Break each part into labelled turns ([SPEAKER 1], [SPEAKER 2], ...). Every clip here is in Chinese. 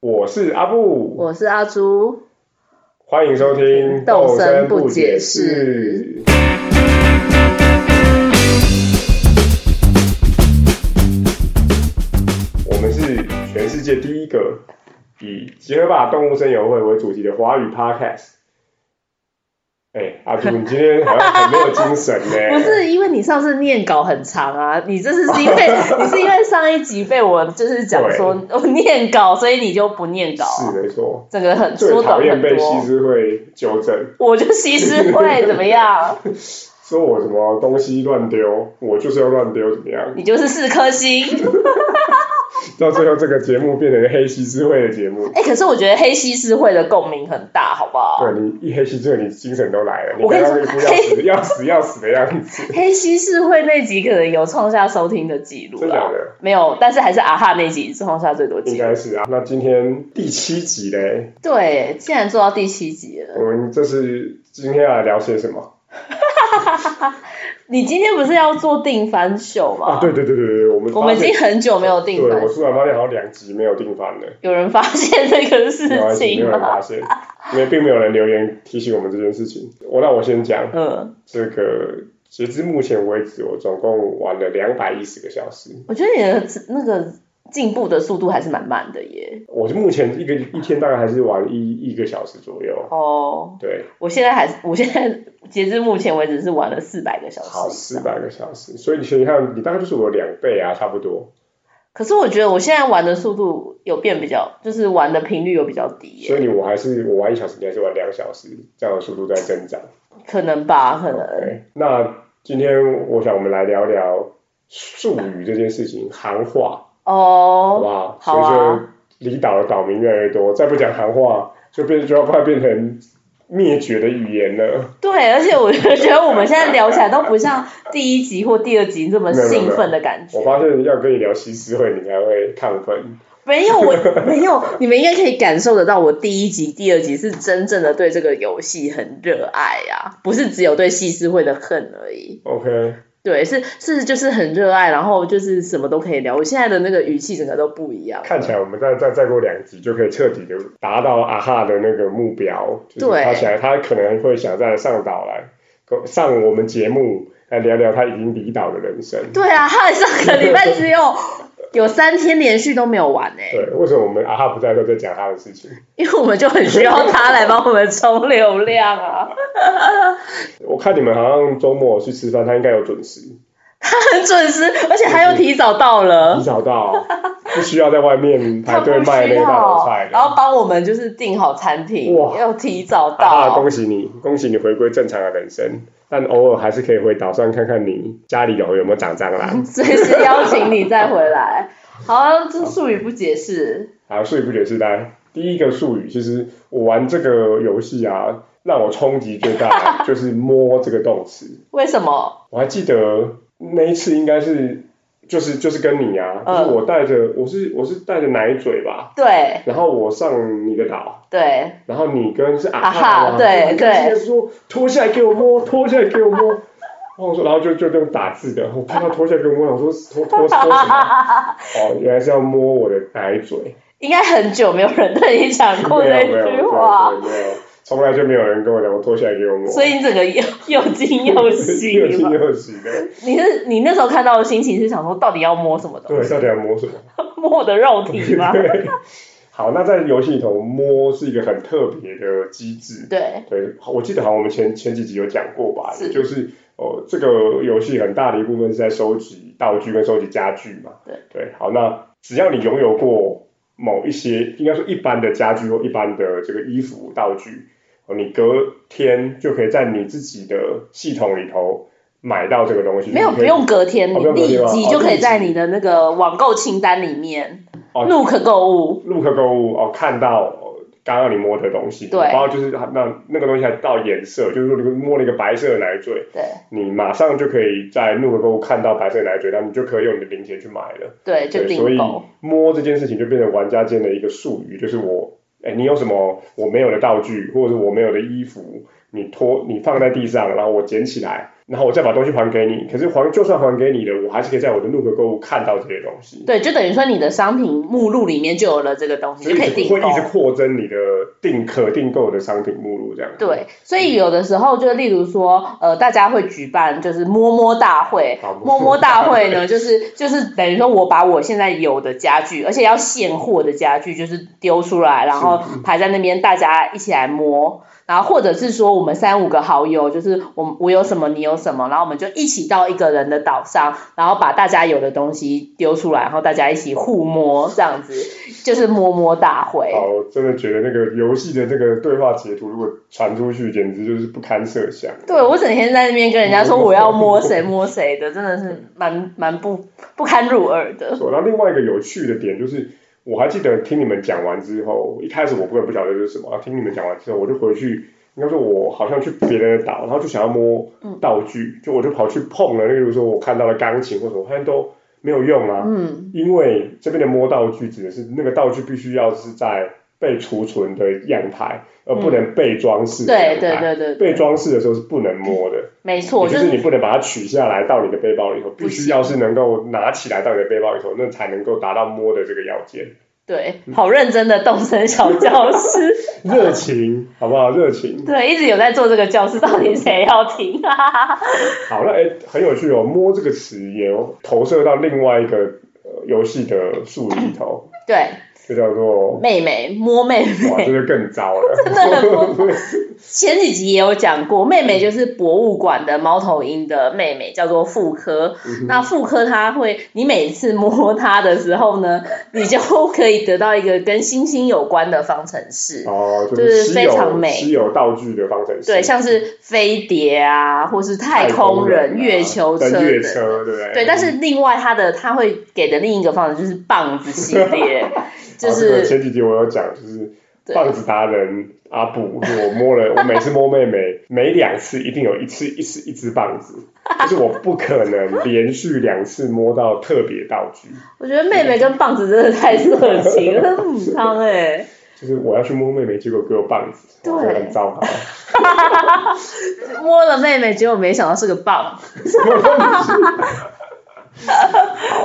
[SPEAKER 1] 我是阿布，
[SPEAKER 2] 我是阿朱。
[SPEAKER 1] 欢迎收听《
[SPEAKER 2] 动
[SPEAKER 1] 森
[SPEAKER 2] 森不
[SPEAKER 1] 解
[SPEAKER 2] 解释》。
[SPEAKER 1] 我们是全世界第一个以吉尔巴动物声友会为主题的华语 Podcast。哎，阿朱，你今天好像很没有精神呢、
[SPEAKER 2] 不是因为你上次念稿很长啊，你这次是 因为你是因为上一集被我就是讲说我念稿，所以你就不念稿啊、
[SPEAKER 1] 是没错，
[SPEAKER 2] 这个很
[SPEAKER 1] 最
[SPEAKER 2] 缩短
[SPEAKER 1] 讨厌
[SPEAKER 2] 很
[SPEAKER 1] 被西
[SPEAKER 2] 多。
[SPEAKER 1] 施会纠正，
[SPEAKER 2] 我就西施会怎么样？
[SPEAKER 1] 说我什么东西乱丢，我就是要乱丢，怎么样？
[SPEAKER 2] 你就是四颗星。
[SPEAKER 1] 到最后这个节目变成黑西施会的节目。
[SPEAKER 2] 哎、可是我觉得黑西施会的共鸣很大，好不好？
[SPEAKER 1] 对你一黑西之后，你精神都来了，你
[SPEAKER 2] 我跟
[SPEAKER 1] 看
[SPEAKER 2] 你
[SPEAKER 1] 到
[SPEAKER 2] 说
[SPEAKER 1] 那副要死要死要死的样子，
[SPEAKER 2] 黑西施会那集可能有创下收听的记录
[SPEAKER 1] 真
[SPEAKER 2] 啦
[SPEAKER 1] 假，的？
[SPEAKER 2] 没有， 但是还是啊哈那集创下最多
[SPEAKER 1] 应
[SPEAKER 2] 记录。
[SPEAKER 1] 该是啊。那今天第七集嘞，
[SPEAKER 2] 对，竟然做到第七集了。
[SPEAKER 1] 我们这是今天要来聊些什么
[SPEAKER 2] 你今天不是要做定番秀
[SPEAKER 1] 啊？
[SPEAKER 2] 吗？
[SPEAKER 1] 对对对对对，我们
[SPEAKER 2] 我们已
[SPEAKER 1] 发现
[SPEAKER 2] 经很久没有定
[SPEAKER 1] 对，
[SPEAKER 2] 番
[SPEAKER 1] 我，突然发现好像两集没有定番了，
[SPEAKER 2] 有人发现这
[SPEAKER 1] 没
[SPEAKER 2] 个
[SPEAKER 1] 关 系，
[SPEAKER 2] 事
[SPEAKER 1] 没有
[SPEAKER 2] 情
[SPEAKER 1] 人
[SPEAKER 2] 吗？
[SPEAKER 1] 发现，因为并没有人留言提醒我们这件事情。我那我先讲
[SPEAKER 2] 嗯，
[SPEAKER 1] 这个，截至目前为止，我总共玩了两百一十个小时。
[SPEAKER 2] 我觉得你的那个进步的速度还是蛮慢的耶。
[SPEAKER 1] 我目前一个一天大概还是玩一一个小时左右。
[SPEAKER 2] 哦，
[SPEAKER 1] 对，
[SPEAKER 2] 我现在还是，我现在截至目前为止是玩了四百个小
[SPEAKER 1] 好，
[SPEAKER 2] 时以
[SPEAKER 1] 四
[SPEAKER 2] 上。
[SPEAKER 1] 百个小时，所以你想想看，你大概就是我两倍啊，差不多。
[SPEAKER 2] 可是我觉得我现在玩的速度有变比较，就是玩的频率有比较低
[SPEAKER 1] 所
[SPEAKER 2] 耶，
[SPEAKER 1] 以你我还是我玩一小时，你还是玩两小时，这样的速度在增长。
[SPEAKER 2] 可能吧，可能。
[SPEAKER 1] 对，那今天我想我们来聊聊术语这件事情，行话，好不
[SPEAKER 2] 哦，
[SPEAKER 1] 好？
[SPEAKER 2] 好啊
[SPEAKER 1] 随着离岛的岛民越来越多，再不讲行话，就变就要快变成灭绝的语言了。
[SPEAKER 2] 对，而且我就觉得我们现在聊起来都不像第一集或第二集这么
[SPEAKER 1] 没有没有
[SPEAKER 2] 兴奋的感觉
[SPEAKER 1] 我。发现要跟你聊西施会，你才会亢奋。
[SPEAKER 2] 没有，我没有，你们应该可以感受得到，我第一集、第二集是真正的对这个游戏很热爱啊，不是只有对西施会的恨而已。
[SPEAKER 1] OK，
[SPEAKER 2] 对，是是就是很热爱，然后就是什么都可以聊。我现在的那个语气整个都不一样。
[SPEAKER 1] 看起来我们再再再过两集就可以彻底的达到阿哈的那个目标，就是
[SPEAKER 2] 对
[SPEAKER 1] 他想他可能会想再上岛来上我们节目来聊聊他已经离岛的人生。
[SPEAKER 2] 对啊，他上个礼拜只有有三天连续都没有玩哎、
[SPEAKER 1] 对，为什么我们阿哈不在的时候在讲他的事情？
[SPEAKER 2] 因为我们就很需要他来帮我们冲流量啊。
[SPEAKER 1] 我看你们好像周末去吃饭，他应该有准时，提
[SPEAKER 2] 很准时，而且他又提早到了，
[SPEAKER 1] 早到，不需要在外面
[SPEAKER 2] 他
[SPEAKER 1] 排
[SPEAKER 2] 不
[SPEAKER 1] 队卖那
[SPEAKER 2] 需
[SPEAKER 1] 个大头
[SPEAKER 2] 要
[SPEAKER 1] 菜，
[SPEAKER 2] 然
[SPEAKER 1] 的。
[SPEAKER 2] 后帮我们就是订好餐品，
[SPEAKER 1] 哇啊
[SPEAKER 2] 又提早
[SPEAKER 1] 阿哈，
[SPEAKER 2] 到。
[SPEAKER 1] 恭喜你，恭喜你回归正常的人生，但偶尔还是可以回岛上看看你家里有有没有长蟑螂。
[SPEAKER 2] 随时邀请你再回 来。好，啊这术语不解释。
[SPEAKER 1] 好，术语啊不解释单。第一个术语，其实我玩这个游戏啊，让我冲击最大的 就是“摸”这个动词。
[SPEAKER 2] 为什么？
[SPEAKER 1] 我还记得那一次应该是，就是就是跟你啊，就
[SPEAKER 2] 嗯
[SPEAKER 1] 是我带着我是我是带着奶嘴吧，
[SPEAKER 2] 对
[SPEAKER 1] 然后我上你的岛，
[SPEAKER 2] 对，
[SPEAKER 1] 然后你跟是阿
[SPEAKER 2] 啊
[SPEAKER 1] 哈
[SPEAKER 2] 哈
[SPEAKER 1] 嘛，
[SPEAKER 2] 对
[SPEAKER 1] 你跟直接说脱下来给我摸，脱下来给我摸，然后我说然后就就用打字的，我看到脱下来给我摸，我说脱脱脱什 么？哦，原来是要摸我的奶嘴。
[SPEAKER 2] 应该很久没有人对你讲过这
[SPEAKER 1] 没有没
[SPEAKER 2] 句
[SPEAKER 1] 有
[SPEAKER 2] 话，
[SPEAKER 1] 对对没有，从来就没有人跟我讲过脱下来给我摸，
[SPEAKER 2] 所以你整个又又惊又喜
[SPEAKER 1] 又
[SPEAKER 2] 嘛
[SPEAKER 1] 惊。又喜的，
[SPEAKER 2] 你是你那时候看到的心情是想说，到底要摸什么东
[SPEAKER 1] 对，
[SPEAKER 2] 西？
[SPEAKER 1] 到底要摸什么？
[SPEAKER 2] 摸我的肉体吗？
[SPEAKER 1] 对，好，那在游戏里头摸是一个很特别的机制，
[SPEAKER 2] 对，
[SPEAKER 1] 对，我记得好像我们前前几集有讲过吧，
[SPEAKER 2] 是
[SPEAKER 1] 就是哦，这个游戏很大的一部分是在收集道具跟收集家具嘛，
[SPEAKER 2] 对
[SPEAKER 1] 对，好，那只要你拥有过某一些，应该说一般的家具或一般的这个衣服道具，哦，你隔天就可以在你自己的系统里头买到这个东西，
[SPEAKER 2] 没有
[SPEAKER 1] 你
[SPEAKER 2] 不
[SPEAKER 1] 可以
[SPEAKER 2] 用隔
[SPEAKER 1] 哦
[SPEAKER 2] 天，你
[SPEAKER 1] 不用隔天
[SPEAKER 2] 立
[SPEAKER 1] 吗
[SPEAKER 2] 即
[SPEAKER 1] 哦
[SPEAKER 2] 就可
[SPEAKER 1] 立
[SPEAKER 2] 以
[SPEAKER 1] 即
[SPEAKER 2] 在你的那个网购清单里面
[SPEAKER 1] 哦
[SPEAKER 2] Look 购物。
[SPEAKER 1] 陆客购物哦，看到哦刚刚你摸的东西，
[SPEAKER 2] 对
[SPEAKER 1] 然后就是那那个东西还到颜色，就是说你摸了一个白色的奶嘴。
[SPEAKER 2] 对
[SPEAKER 1] 你马上就可以在怒河购物看到白色奶嘴，那你就可以用你的零钱去买了。
[SPEAKER 2] 对，就
[SPEAKER 1] 对，所
[SPEAKER 2] 订
[SPEAKER 1] 以
[SPEAKER 2] 购。
[SPEAKER 1] 摸这件事情就变成玩家间的一个术语，就是我，哎，你有什么我没有的道具，或者是我没有的衣服，你脱你放在地上，然后我捡起来，然后我再把东西还给你。可是还就算还给你了，我还是可以在我的 Nook 购物看到这些东西。
[SPEAKER 2] 对，就等于说你的商品目录里面就有了这个东西，
[SPEAKER 1] 所
[SPEAKER 2] 就
[SPEAKER 1] 以
[SPEAKER 2] 可以
[SPEAKER 1] 你
[SPEAKER 2] 订
[SPEAKER 1] 会
[SPEAKER 2] 购
[SPEAKER 1] 一。直扩增你的订可订购的商品目录这样。
[SPEAKER 2] 对，所以有的时候就例如说，呃，大家会举办就是摸摸大会
[SPEAKER 1] 好，
[SPEAKER 2] 啊摸摸大会呢，就是就是等于说我把我现在有的家具，而且要现货的家具，就是丢出来，然后排在那边，大家一起来摸。然后或者是说我们三五个好友，就是我我有什么你有什么，然后我们就一起到一个人的岛上，然后把大家有的东西丢出来，然后大家一起互摸，这样子就是摸摸大会。
[SPEAKER 1] 好，我真的觉得那个游戏的那个对话截图，如果传出去，简直就是不堪设想。
[SPEAKER 2] 对我整天在那边跟人家说我要摸谁摸谁的，真的是蛮蛮不不堪入耳的。
[SPEAKER 1] 错。然后另外一个有趣的点就是，我还记得听你们讲完之后，一开始我根本不晓得这是什么，然后听你们讲完之后，我就回去，应该说我好像去别人的岛，然后就想要摸
[SPEAKER 2] 嗯
[SPEAKER 1] 道具，就我就跑去碰了，例如说我看到了钢琴或什么，发现都没有用啊，
[SPEAKER 2] 嗯，
[SPEAKER 1] 因为这边的摸道具指的是那个道具必须要是在被储存的样态，而不能被装饰的
[SPEAKER 2] 嗯对
[SPEAKER 1] 样态。
[SPEAKER 2] 对对对，
[SPEAKER 1] 被装饰的时候是不能摸的，
[SPEAKER 2] 没错，
[SPEAKER 1] 也
[SPEAKER 2] 就
[SPEAKER 1] 就是
[SPEAKER 2] 是
[SPEAKER 1] 你不能把它取下来到你的背包里头，
[SPEAKER 2] 不行
[SPEAKER 1] 必须要是能够拿起来到你的背包里头，那才能够达到摸的这个要 件。
[SPEAKER 2] 对，
[SPEAKER 1] 嗯
[SPEAKER 2] 好认真的动身小教师，
[SPEAKER 1] 热情，好不好？热情。
[SPEAKER 2] 对，一直有在做这个教室，到底谁要听啊？
[SPEAKER 1] 好，那哎，很有趣哦，摸这个词也投射到另外一个、呃游戏的术语里头，
[SPEAKER 2] 对，
[SPEAKER 1] 就叫做
[SPEAKER 2] 妹妹摸妹
[SPEAKER 1] 哇，这
[SPEAKER 2] 妹，
[SPEAKER 1] 就更糟了。
[SPEAKER 2] 真 的很不。前几集也有讲过，妹妹就是博物馆的猫头鹰的妹妹，叫做妇科。
[SPEAKER 1] 嗯
[SPEAKER 2] 那妇科它会，你每次摸它的时候呢， 你就可以得到一个跟星星有关的方程式。
[SPEAKER 1] 哦，就
[SPEAKER 2] 就是
[SPEAKER 1] 是稀
[SPEAKER 2] 非常
[SPEAKER 1] 有
[SPEAKER 2] 美
[SPEAKER 1] 稀有道具的方程式，
[SPEAKER 2] 对，像是飞碟啊，或是太
[SPEAKER 1] 太
[SPEAKER 2] 空
[SPEAKER 1] 人啊、
[SPEAKER 2] 人、月球车
[SPEAKER 1] 跟月哎
[SPEAKER 2] 等。
[SPEAKER 1] 车，对不对？
[SPEAKER 2] 对，但是另外它的它会给的另一个方程式就是棒子系 列，就
[SPEAKER 1] 好哦这个
[SPEAKER 2] 是
[SPEAKER 1] 前几集我有讲，就是
[SPEAKER 2] 对
[SPEAKER 1] 棒子达人阿布，我摸了，我每次摸妹 妹，每两次一定有一次一次一只棒子，就是我不可能连续两次摸到特别道具，
[SPEAKER 2] 我觉得妹妹跟棒子真的太色情 了，真的很汤哎、
[SPEAKER 1] 就是我要去摸妹妹，结果给我棒子，
[SPEAKER 2] 对
[SPEAKER 1] 我觉得很 糟糕。
[SPEAKER 2] 摸了妹妹，结果没想到是个棒。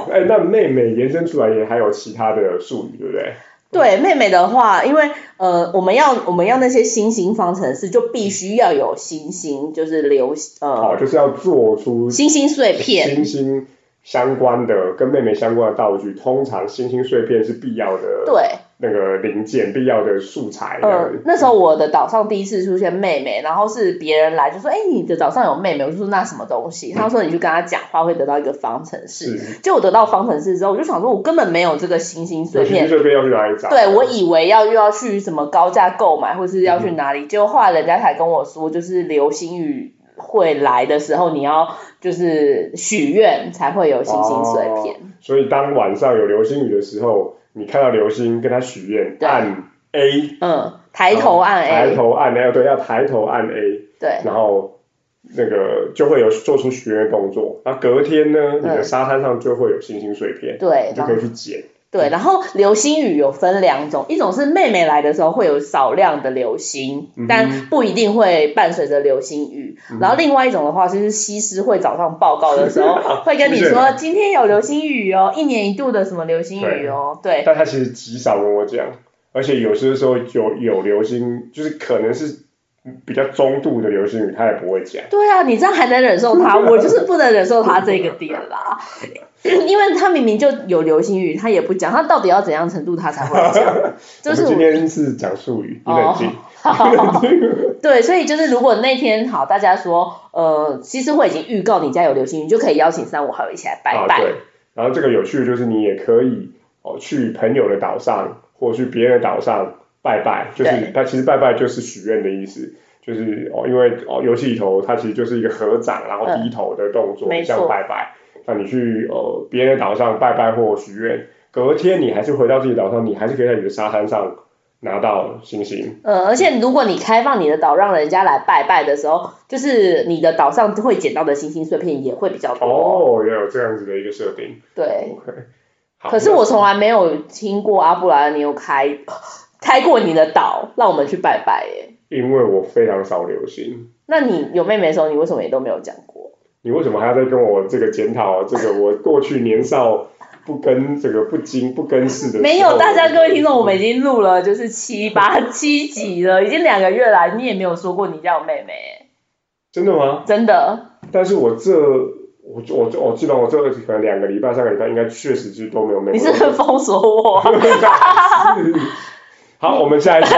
[SPEAKER 1] 哎，那妹妹延伸出来也还有其他的术语，对不对？
[SPEAKER 2] 对妹妹的话，因为呃，我们要我们要那些星星方程式，就必须要有星星，就是流
[SPEAKER 1] 好，
[SPEAKER 2] 呃
[SPEAKER 1] 就是要做出
[SPEAKER 2] 星星碎片。
[SPEAKER 1] 星星相关的跟妹妹相关的道具，通常星星碎片是必要的，，
[SPEAKER 2] 对，
[SPEAKER 1] 那个零件必要的素材。
[SPEAKER 2] 呃，那时候我的岛上第一次出现妹妹，然后是别人来就说，哎，你的岛上有妹妹，我就说那什么东西？他说你去跟她讲话，会得到一个方程式。
[SPEAKER 1] 是，
[SPEAKER 2] 结果得到方程式之后，我就想说，我根本没有这个星星
[SPEAKER 1] 所
[SPEAKER 2] 碎
[SPEAKER 1] 以
[SPEAKER 2] 片
[SPEAKER 1] 星，碎片要去哪里找？啊
[SPEAKER 2] 对，我以为要又要去什么高价购买，或是要
[SPEAKER 1] 嗯
[SPEAKER 2] 去哪里，结果后来人家才跟我说，就是流星雨会来的时候，你要就是许愿才会有星星碎片。
[SPEAKER 1] 所以当晚上有流星雨的时候，你看到流星跟他许愿，
[SPEAKER 2] 对
[SPEAKER 1] 按 A，
[SPEAKER 2] 嗯，抬头按
[SPEAKER 1] 哦抬
[SPEAKER 2] A，
[SPEAKER 1] 头按 A，对，要哦抬头按 A，
[SPEAKER 2] 对
[SPEAKER 1] 然后那个就会有做出许愿的动作。那隔天呢，你的沙滩上就会有星星碎片，
[SPEAKER 2] 对
[SPEAKER 1] 你，就
[SPEAKER 2] 然
[SPEAKER 1] 可
[SPEAKER 2] 后
[SPEAKER 1] 以去捡。
[SPEAKER 2] 对，然后流星雨有分两种，一种是妹妹来的时候会有少量的流星，
[SPEAKER 1] 嗯哼嗯
[SPEAKER 2] 但不一定会伴随着流星雨。然后另外一种的话，就是西施会早上报告的 时候会跟你
[SPEAKER 1] 是
[SPEAKER 2] 说，今天有流星雨哦，一年一度的什么流星雨哦，对。
[SPEAKER 1] 但他其实极少跟我讲，而且有些时候有有流星，就是可能是比较中度的流星雨，他也不会讲。
[SPEAKER 2] 对啊，你这样还能忍 受他，我就是不能忍受他这个点啦。因为他明明就有流星雨，他也不讲，他到底要怎样程度他才会 讲？就
[SPEAKER 1] 我
[SPEAKER 2] 是哦
[SPEAKER 1] 们今天是讲术语，你冷静。
[SPEAKER 2] 对，所以就是如果那天好，大家说呃，西施会已经预告你家有流星雨，你就可以邀请三五好友一起来拜
[SPEAKER 1] 啊、
[SPEAKER 2] 拜。
[SPEAKER 1] 对，然后这个有趣的就是你也可以哦去朋友的岛上，或去别人的岛上拜拜，就是
[SPEAKER 2] 对
[SPEAKER 1] 它其实拜拜就是许愿的意思。就是哦，因为哦，游戏里头它其实就是一个合掌，然后
[SPEAKER 2] 嗯
[SPEAKER 1] 低头的动作，
[SPEAKER 2] 没错
[SPEAKER 1] 像拜拜。那你去呃别人的岛上拜拜或许愿，隔天你还是回到自己岛上，你还是可以在你的沙滩上拿到星星。
[SPEAKER 2] 呃，而且如果你开放你的岛让人家来拜拜的时候，就是你的岛上会捡到的星星碎片也会比较多。
[SPEAKER 1] 哦，也有这样子的一个设定。
[SPEAKER 2] 对，
[SPEAKER 1] OK，好。
[SPEAKER 2] 可是
[SPEAKER 1] 那
[SPEAKER 2] 我从来没有听过阿布莱恩你有开开过你的岛让我们去拜拜耶。
[SPEAKER 1] 因为我非常少流星，
[SPEAKER 2] 那你有妹妹的时候，你为什么也都没有讲过？
[SPEAKER 1] 你为什么还要再跟我这个检讨啊这个我过去年少不跟这个不经不跟事的时候？
[SPEAKER 2] 没有，大家各位听众，我们已经录了就是七八 七集了，已经两个月了，你也没有说过你叫我妹妹欸，
[SPEAKER 1] 真的吗？
[SPEAKER 2] 真的。
[SPEAKER 1] 但是我这我我我基本上我这可能两个礼拜上个礼拜应该确实就都没有那个。
[SPEAKER 2] 你是不是封锁我 啊？
[SPEAKER 1] 好，我们下一集。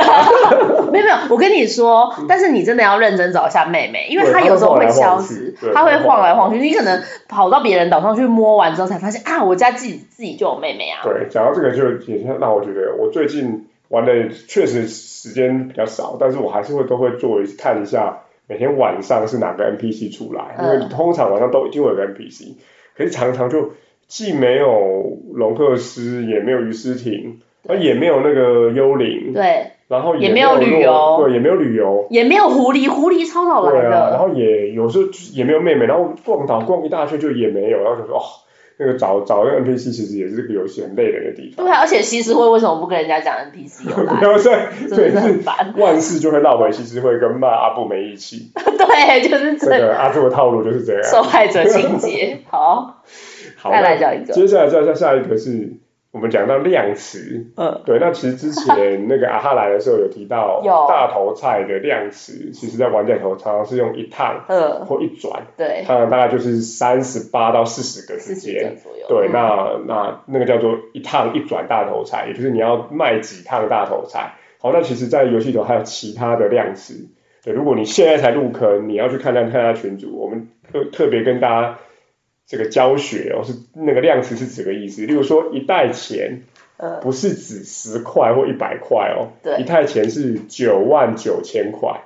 [SPEAKER 2] 没有没有，我跟你说，但是你真的要认真找一下妹妹，因为
[SPEAKER 1] 嗯对
[SPEAKER 2] 她
[SPEAKER 1] 她
[SPEAKER 2] 有
[SPEAKER 1] 会
[SPEAKER 2] 时候
[SPEAKER 1] 晃
[SPEAKER 2] 会
[SPEAKER 1] 来晃
[SPEAKER 2] 消
[SPEAKER 1] 去
[SPEAKER 2] 失，
[SPEAKER 1] 对
[SPEAKER 2] 她会
[SPEAKER 1] 她会
[SPEAKER 2] 晃
[SPEAKER 1] 晃
[SPEAKER 2] 来晃去。你可能跑到别人岛上去摸完之后，才发现啊，我家自己自己就有妹妹啊。
[SPEAKER 1] 对，讲到这个就也是让我觉得，我最近玩的确实时间比较少，但是我还是会都会做一看一下，每天晚上是哪个 NPC 出来，因
[SPEAKER 2] 嗯
[SPEAKER 1] 为通常晚上都一定会有个 NPC，可是常常就既没有龙克斯，也没有鱼尸亭，啊
[SPEAKER 2] 对
[SPEAKER 1] 也没有那个幽灵，
[SPEAKER 2] 对，
[SPEAKER 1] 然后
[SPEAKER 2] 也
[SPEAKER 1] 没
[SPEAKER 2] 没有旅
[SPEAKER 1] 洛
[SPEAKER 2] 游
[SPEAKER 1] 对，也没有旅游。
[SPEAKER 2] 也没有狐狸，狐狸超早来
[SPEAKER 1] 对啊，然
[SPEAKER 2] 的。
[SPEAKER 1] 后也有时候就是也没有妹妹，然后逛岛逛一大圈就也没有，然后就说哦，那个找找那个 NPC 其实也是这个游戏很累的一个地方。
[SPEAKER 2] 对啊，而且西施会为什么不跟人家讲 NPC 有来？
[SPEAKER 1] 然后在
[SPEAKER 2] 真的
[SPEAKER 1] 对
[SPEAKER 2] 是
[SPEAKER 1] 是
[SPEAKER 2] 很烦。
[SPEAKER 1] 万事就会绕回西施会跟骂阿布没义气，
[SPEAKER 2] 对，就是
[SPEAKER 1] 这
[SPEAKER 2] 这
[SPEAKER 1] 个阿布的套路就是这 样。
[SPEAKER 2] 受害者情节。好，
[SPEAKER 1] 好，
[SPEAKER 2] 再来
[SPEAKER 1] 那
[SPEAKER 2] 讲一个。
[SPEAKER 1] 接下来再下下一个是我们讲到量词，
[SPEAKER 2] 嗯，
[SPEAKER 1] 对，那其实之前那个阿哈来的时候有提到
[SPEAKER 2] 有，
[SPEAKER 1] 大头菜的量词，其实在玩家里头常常是用一趟
[SPEAKER 2] 嗯，
[SPEAKER 1] 或一转，
[SPEAKER 2] 对，
[SPEAKER 1] 它大概就是三十八到四十个之
[SPEAKER 2] 四十
[SPEAKER 1] 间。
[SPEAKER 2] 点左右。
[SPEAKER 1] 对，
[SPEAKER 2] 嗯
[SPEAKER 1] 那那那个叫做一趟一转大头菜，也就是你要卖几趟大头菜。好，那其实，在游戏里头还有其他的量词。对，如果你现在才入坑，你要去看看看下群组，我们特特别跟大家这个教学哦，是那个量词是指个意思。例如说，一袋钱
[SPEAKER 2] 嗯，
[SPEAKER 1] 不是指十块或一百块哦，一
[SPEAKER 2] 对，
[SPEAKER 1] 袋钱是九万九千块，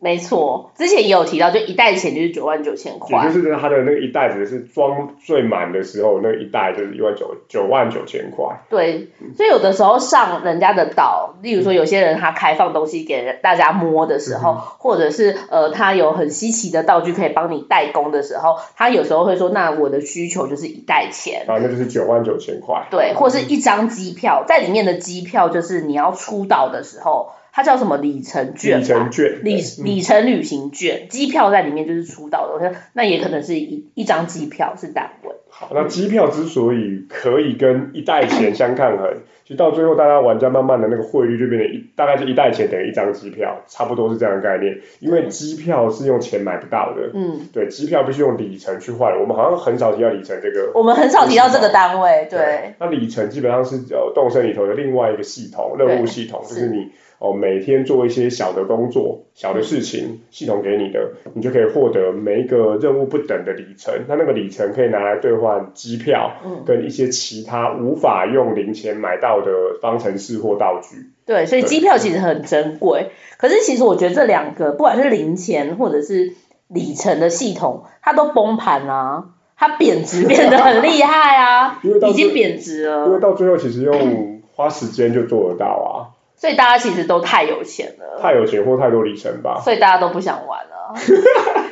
[SPEAKER 2] 没错，之前也有提到，就一袋钱就是九万九千块。
[SPEAKER 1] 也就是它的那个一袋子是装最满的时候，那一袋就是一万九九万九千块。
[SPEAKER 2] 对，
[SPEAKER 1] 嗯
[SPEAKER 2] 所以有的时候上人家的岛，例如说有些人他开放东西给人大家摸的时候，
[SPEAKER 1] 嗯
[SPEAKER 2] 或者是呃他有很稀奇的道具可以帮你代工的时候，他有时候会说，那我的需求就是一袋钱，
[SPEAKER 1] 啊，那就是九万九千块。
[SPEAKER 2] 对，或是一张机票，在里面的机票就是你要出岛的时候，它叫什么里程券
[SPEAKER 1] 里
[SPEAKER 2] 吧。
[SPEAKER 1] 程嗯券，
[SPEAKER 2] 里
[SPEAKER 1] 对
[SPEAKER 2] 里程旅行券，机票在里面就是出岛的，那也可能是一一张机票是单位。
[SPEAKER 1] 好，那机票之所以可以跟一袋钱相抗衡，其实到最后大家玩家慢慢的那个汇率就变成一大概就一袋钱等于一张机票，差不多是这样的概念。因为机票是用钱买不到的，
[SPEAKER 2] 嗯，
[SPEAKER 1] 对，机票必须用里程去换。我们好像很少提到里程这个。
[SPEAKER 2] 我们很少提到这个单位，对。，
[SPEAKER 1] 那里程基本上是呃动森里头的另外一个系统，任务系统，就是是你哦每天做一些小的工作、小
[SPEAKER 2] 嗯
[SPEAKER 1] 的事情，系统给你的，你就可以获得每一个任务不等的里程。那那个里程可以拿来兑换机票，
[SPEAKER 2] 嗯
[SPEAKER 1] 跟一些其他无法用零钱买到的方程式或道具。
[SPEAKER 2] 对，所以
[SPEAKER 1] 对，
[SPEAKER 2] 机票其实很珍贵。可是其实我觉得这两个，不管是零钱或者是里程的系统，它都崩盘啊，它贬值变得很厉害啊
[SPEAKER 1] 因为到
[SPEAKER 2] 已
[SPEAKER 1] 最
[SPEAKER 2] 经贬值
[SPEAKER 1] 因为
[SPEAKER 2] 了。
[SPEAKER 1] 到最后其实用花时间就做得到
[SPEAKER 2] 所以大家其实都太有钱
[SPEAKER 1] 啊，
[SPEAKER 2] 了，
[SPEAKER 1] 太有钱或太多里程吧。
[SPEAKER 2] 所以大家都不想玩 了。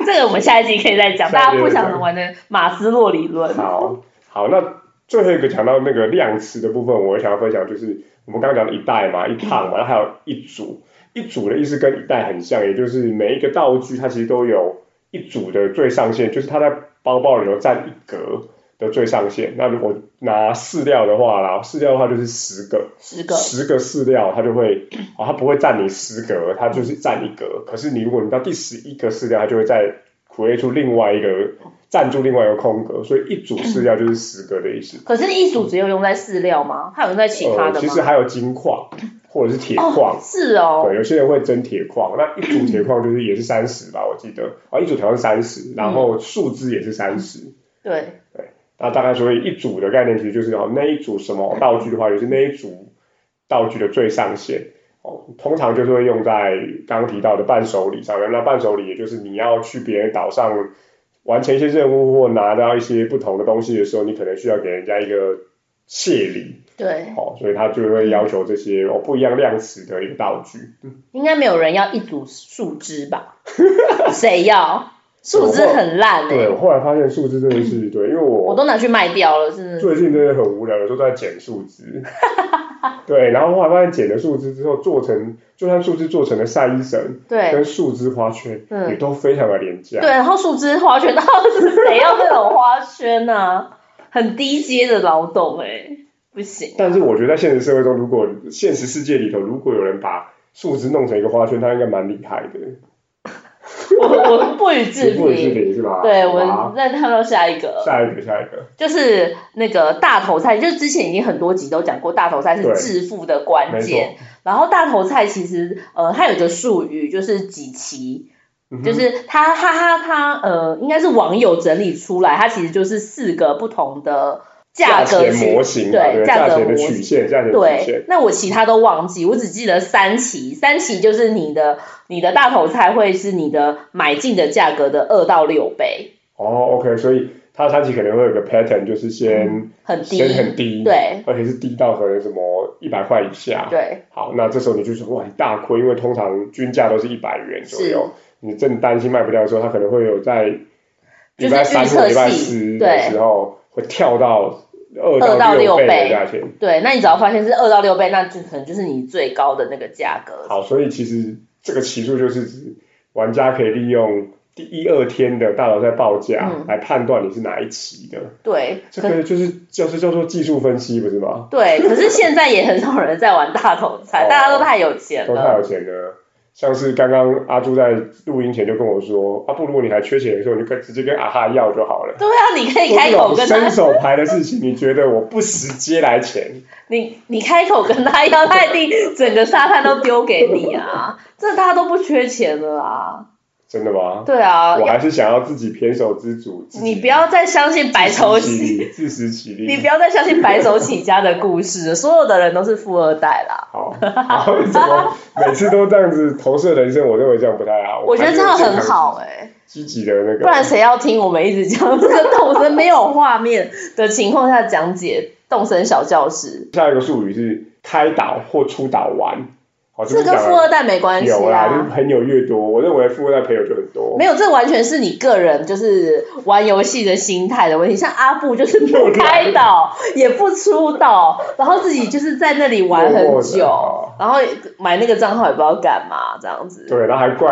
[SPEAKER 2] 这个我们下一集可以再讲，大
[SPEAKER 1] 下一集
[SPEAKER 2] 家不
[SPEAKER 1] 再
[SPEAKER 2] 想
[SPEAKER 1] 讲
[SPEAKER 2] 玩的马斯洛理论。
[SPEAKER 1] 好，好，那最后一个讲到那个量词的部分，我想要分享就是我们刚刚讲的一袋嘛，一趟嘛，然后还有一组，一组的意思跟一袋很像，也就是每一个道具它其实都有一组的最上限，就是它在包包里头占一格。的最上限，那如果拿饲料的话啦，饲料的话就是十个，
[SPEAKER 2] 十个，
[SPEAKER 1] 十个饲料，它就会，哦，它不会占你十格，它就是占一格。可是你如果你到第十一个饲料，它就会再 create 出另外一个，占住另外一个空格，所以一组饲料就是十格的意思。
[SPEAKER 2] 可是一组只有用在饲料吗？它有用在其他
[SPEAKER 1] 呃，
[SPEAKER 2] 的
[SPEAKER 1] 其实
[SPEAKER 2] 吗？
[SPEAKER 1] 还有金矿或者是铁矿，
[SPEAKER 2] 哦，是哦
[SPEAKER 1] 对，，有些人会争铁矿，那一组铁矿就是也是三十吧，我记得，啊，一组铁矿三十，然后树枝也是三十、
[SPEAKER 2] 对，
[SPEAKER 1] 那大概所以一组的概念其实就是哦，那一组什么道具的话，也是那一组道具的最上限哦。通常就是会用在刚刚提到的伴手礼上面。那伴手礼也就是你要去别人岛上完成一些任务或拿到一些不同的东西的时候，你可能需要给人家一个谢礼
[SPEAKER 2] 对，
[SPEAKER 1] 哦，所以他就会要求这些哦不一样量词的一个道具。
[SPEAKER 2] 应该没有人要一组树枝 吧？谁要？树枝很烂哎、
[SPEAKER 1] 对，我后来发现数字真的是对，因为
[SPEAKER 2] 我都拿去卖掉了，真的。
[SPEAKER 1] 最近真的很无聊，有时候都在捡树枝。 对，然后后来发现剪了树枝之后，做成就算树枝做成的晒衣绳
[SPEAKER 2] 对
[SPEAKER 1] 跟树枝花圈
[SPEAKER 2] 嗯
[SPEAKER 1] 也都非常的廉价。
[SPEAKER 2] 对，然后树枝花圈，到底是谁要这种花圈呢、啊？很低阶的劳动哎、不行。
[SPEAKER 1] 但是我觉得在现实社会中，如果现实世界里头，如果有人把树枝弄成一个花圈，他应该蛮厉害的。
[SPEAKER 2] 我我不予置
[SPEAKER 1] 不是
[SPEAKER 2] 评。
[SPEAKER 1] 零是吧？
[SPEAKER 2] 对，我
[SPEAKER 1] 好啊
[SPEAKER 2] 们再跳到下一个，
[SPEAKER 1] 下一个，下一个，
[SPEAKER 2] 就是那个大头菜，就是之前已经很多集都讲过，大头菜是
[SPEAKER 1] 对
[SPEAKER 2] 致富的
[SPEAKER 1] 没
[SPEAKER 2] 关
[SPEAKER 1] 错
[SPEAKER 2] 键。，然后大头菜其实呃，它有一个术语就是几期，
[SPEAKER 1] 嗯哼
[SPEAKER 2] 就是它它它它呃，应该是网友整理出来，它其实就是四个不同的价格
[SPEAKER 1] 钱
[SPEAKER 2] 区
[SPEAKER 1] 模型嘛，
[SPEAKER 2] 对
[SPEAKER 1] 对，
[SPEAKER 2] 价
[SPEAKER 1] 价
[SPEAKER 2] 格
[SPEAKER 1] 钱的
[SPEAKER 2] 模
[SPEAKER 1] 曲
[SPEAKER 2] 型
[SPEAKER 1] 线，价钱的曲线
[SPEAKER 2] 对，，那我其他都忘记，我只记得三期，三期就是你的你的大头菜会是你的买进的价格的二到六倍，
[SPEAKER 1] 哦，OK，所以它它其实可能会有个 pattern，就是先
[SPEAKER 2] 很低，
[SPEAKER 1] 先很低，，
[SPEAKER 2] 对
[SPEAKER 1] 而且是低到可能什么一百块以下。
[SPEAKER 2] 对
[SPEAKER 1] 好，那这时候你就说哇，你大亏，因为通常均价都是一百元左
[SPEAKER 2] 是
[SPEAKER 1] 右，你正担心卖不掉的时候，它可能会有在礼
[SPEAKER 2] 就是
[SPEAKER 1] 拜三
[SPEAKER 2] 预
[SPEAKER 1] 或
[SPEAKER 2] 测
[SPEAKER 1] 礼拜
[SPEAKER 2] 性
[SPEAKER 1] 四的
[SPEAKER 2] 对
[SPEAKER 1] 时候会跳到二
[SPEAKER 2] 二到
[SPEAKER 1] 到六
[SPEAKER 2] 六
[SPEAKER 1] 倍
[SPEAKER 2] 倍
[SPEAKER 1] 的价钱。
[SPEAKER 2] 对，那你只要发现是二到六倍，那就可能就是你最高的那个价格，
[SPEAKER 1] 好，所以其实这个期数就是指玩家可以利用第一二天的大佬在报价
[SPEAKER 2] 嗯
[SPEAKER 1] 来判断你是哪一期的，
[SPEAKER 2] 对，
[SPEAKER 1] 这
[SPEAKER 2] 可
[SPEAKER 1] 个就是就是叫做技术分析，不是吗？
[SPEAKER 2] 对，可是现在也很少人在玩大头菜，
[SPEAKER 1] 哦
[SPEAKER 2] 大家都太有钱
[SPEAKER 1] 都太
[SPEAKER 2] 了，
[SPEAKER 1] 有钱了。像是刚刚阿朱在录音前就跟我说，阿布，如果你还缺钱的时候，你就跟直接跟阿哈要就好了。
[SPEAKER 2] 对啊，你可以开口
[SPEAKER 1] 我
[SPEAKER 2] 跟
[SPEAKER 1] 这种
[SPEAKER 2] 他
[SPEAKER 1] 伸，手牌的事情，你觉得我不时接来钱？
[SPEAKER 2] 你你开口跟他要，他一定整个沙滩都丢给你啊，这大家都不缺钱了啊。
[SPEAKER 1] 真的吗？
[SPEAKER 2] 对啊，
[SPEAKER 1] 我还是想要自己偏手知足。自己
[SPEAKER 2] 你不要再相信白手
[SPEAKER 1] 自食
[SPEAKER 2] 起，
[SPEAKER 1] 其力，自食其力。
[SPEAKER 2] 你不要再相信白手起家的故事了，所有的人都是富二代啦。
[SPEAKER 1] 好， 好，怎么每次都这样子投射人生？我认为这样不太好。
[SPEAKER 2] 我觉得这样很好
[SPEAKER 1] 哎、
[SPEAKER 2] 哎、
[SPEAKER 1] 积极的那个。
[SPEAKER 2] 不然谁要听我们一直讲这个动身没有画面的情况下讲解动身小 教室？
[SPEAKER 1] 下一个术语是开导或出导玩。好，
[SPEAKER 2] 这
[SPEAKER 1] 个
[SPEAKER 2] 跟富二代没关系
[SPEAKER 1] 有啦，就是
[SPEAKER 2] 啊，
[SPEAKER 1] 朋友越多，我认为富二代朋友就很多。
[SPEAKER 2] 没有，这完全是你个人就是玩游戏的心态的问题。像阿布就是
[SPEAKER 1] 啊
[SPEAKER 2] 不开导，也不出导，然后自己就是在那里玩
[SPEAKER 1] 默
[SPEAKER 2] 很
[SPEAKER 1] 默地
[SPEAKER 2] 久。
[SPEAKER 1] 哦
[SPEAKER 2] 然后买那个账号也不知道干嘛，这样子，
[SPEAKER 1] 对，然后还怪，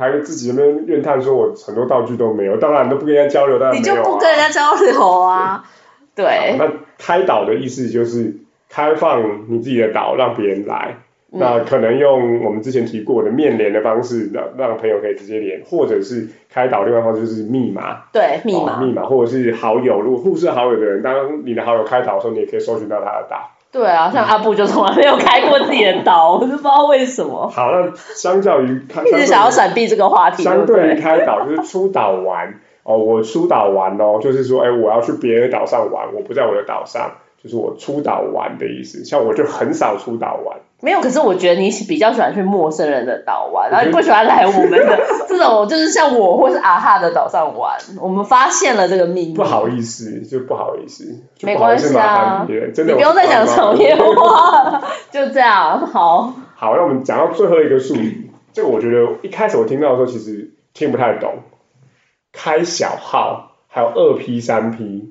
[SPEAKER 1] 还自己那边怨叹说，我很多道具都没有，当然都不跟人家交流，当然
[SPEAKER 2] 你
[SPEAKER 1] 没有、
[SPEAKER 2] 就
[SPEAKER 1] 啊、
[SPEAKER 2] 不跟人家交流啊。
[SPEAKER 1] 好
[SPEAKER 2] 对，
[SPEAKER 1] 那开导的意思就是开放你自己的岛，让别人来。
[SPEAKER 2] 嗯
[SPEAKER 1] 那可能用我们之前提过的面连的方式，让让朋友可以直接连，或者是开导另外一方式就是密码，
[SPEAKER 2] 对，密
[SPEAKER 1] 哦
[SPEAKER 2] 码，
[SPEAKER 1] 密码，或者是好友，如果互是好友的人，当你的好友开导的时候，你也可以搜寻到他的岛。
[SPEAKER 2] 对啊，像阿布就从来没有开过自己的 刀，我就不知道为什么，
[SPEAKER 1] 好，那相较于开，
[SPEAKER 2] 一直想要闪避这个话题，对
[SPEAKER 1] 相
[SPEAKER 2] 不
[SPEAKER 1] 对于
[SPEAKER 2] 对？
[SPEAKER 1] 开岛就是出岛玩哦，我出岛玩哦，就是说，哎，我要去别的岛上玩，我不在我的岛上，就是我出岛玩的意思。像我就很少出岛玩。
[SPEAKER 2] 没有，可是我觉得你比较喜欢去陌生人的岛玩，
[SPEAKER 1] 觉得
[SPEAKER 2] 然后你不喜欢来我们的 这种，就是像我或是阿哈的岛上玩。我们发现了这个秘密，
[SPEAKER 1] 不好意思，就不好意思，就
[SPEAKER 2] 没
[SPEAKER 1] 不好意
[SPEAKER 2] 关
[SPEAKER 1] 思
[SPEAKER 2] 系啊
[SPEAKER 1] 麻烦别人，真
[SPEAKER 2] 你
[SPEAKER 1] 的
[SPEAKER 2] 不用再讲场面
[SPEAKER 1] 我不知道
[SPEAKER 2] 话了， 就这样，好，
[SPEAKER 1] 好，那我们讲到最后一个术语，这个我觉得一开始我听到的时候其实听不太懂，开小号还有二 P 三 P，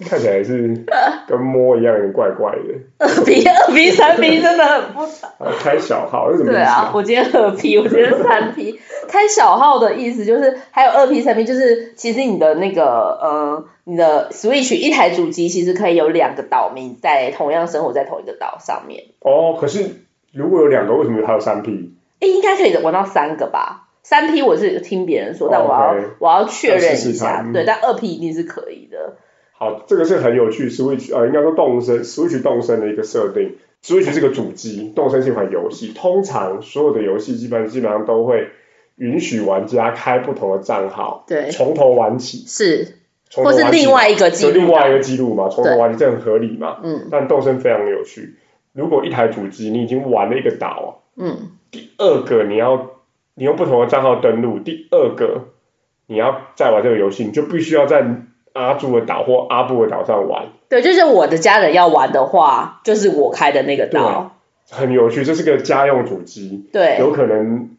[SPEAKER 1] 看起来是跟摸一样，有点怪怪的。
[SPEAKER 2] 二比二比三比真的很不
[SPEAKER 1] 啊开小号是什么意
[SPEAKER 2] 对
[SPEAKER 1] 思
[SPEAKER 2] 啊，？我今天二批，我今天三批。开小号的意思就是，还有二批、三批，就是其实你的那个呃，你的 Switch 一台主机其实可以有两个岛民在同样生活在同一个岛上面，
[SPEAKER 1] 哦，可是如果有两个，为什么还有三 P？
[SPEAKER 2] 诶，应该可以玩到三个吧？三批我是听别人说，但我要
[SPEAKER 1] 哦 OK
[SPEAKER 2] 我要确认
[SPEAKER 1] 要试
[SPEAKER 2] 一
[SPEAKER 1] 试
[SPEAKER 2] 下，
[SPEAKER 1] 看嗯
[SPEAKER 2] 对，但二批一定是可以的。
[SPEAKER 1] 好，这个是很有趣，Switch 呃，应该说动身 Switch 动身的一个设定。Switch 是个主机，动身是一款游戏。通常所有的游戏基本基本上都会允许玩家开不同的账号，
[SPEAKER 2] 对
[SPEAKER 1] 从头玩起，
[SPEAKER 2] 是，
[SPEAKER 1] 从头
[SPEAKER 2] 或
[SPEAKER 1] 玩起
[SPEAKER 2] 是另外一个记
[SPEAKER 1] 就
[SPEAKER 2] 录，
[SPEAKER 1] 另外一个记录嘛，从头玩起这很合理嘛。
[SPEAKER 2] 嗯
[SPEAKER 1] 但动身非常有趣，如果一台主机你已经玩了一个岛，啊
[SPEAKER 2] 嗯，
[SPEAKER 1] 第二个你要你用不同的账号登录，第二个你要再玩这个游戏，你就必须要在阿朱的岛或阿布的岛上玩。
[SPEAKER 2] 对，就是我的家人要玩的话，就是我开的那个岛，
[SPEAKER 1] 很有趣，这是个家用主机，
[SPEAKER 2] 对
[SPEAKER 1] 有可能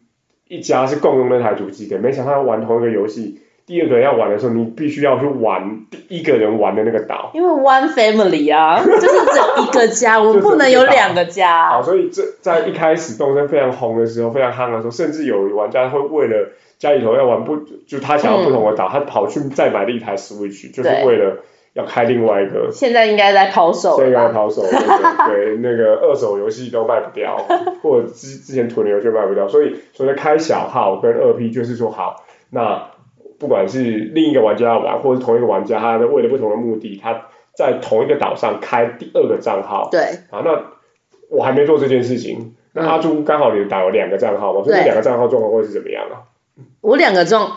[SPEAKER 1] 一家是共用那台主机的，没想到玩同一个游戏，第二个人要玩的时候，你必须要去玩第一个人玩的那个岛。
[SPEAKER 2] 因为 one family 啊，就是只有一个家，我们不能有两个家。
[SPEAKER 1] 好，所以这在一开始动森非常红的时候，非常夯的时候，甚至有玩家会为了家里头要玩不，就他想要不同的岛，他跑去再买了一台 Switch，就是
[SPEAKER 2] 对
[SPEAKER 1] 为了要开另外一个
[SPEAKER 2] 现在应该在抛售
[SPEAKER 1] 现
[SPEAKER 2] 了
[SPEAKER 1] 在
[SPEAKER 2] 吧
[SPEAKER 1] 要抛手，对对对，那个二手游戏都卖不掉，或者之之前囤的游戏卖不掉，所以所谓的开小号跟二 P 就是说好，那不管是另一个玩家要玩，或者是同一个玩家，他为了不同的目的，他在同一个岛上开第二个账号，
[SPEAKER 2] 对，
[SPEAKER 1] 啊，那我还没做这件事情，那
[SPEAKER 2] 嗯
[SPEAKER 1] 阿朱刚好你的岛有两个账号嘛，所以
[SPEAKER 2] 对
[SPEAKER 1] 这两个账号状况会是怎么样啊？
[SPEAKER 2] 我两个状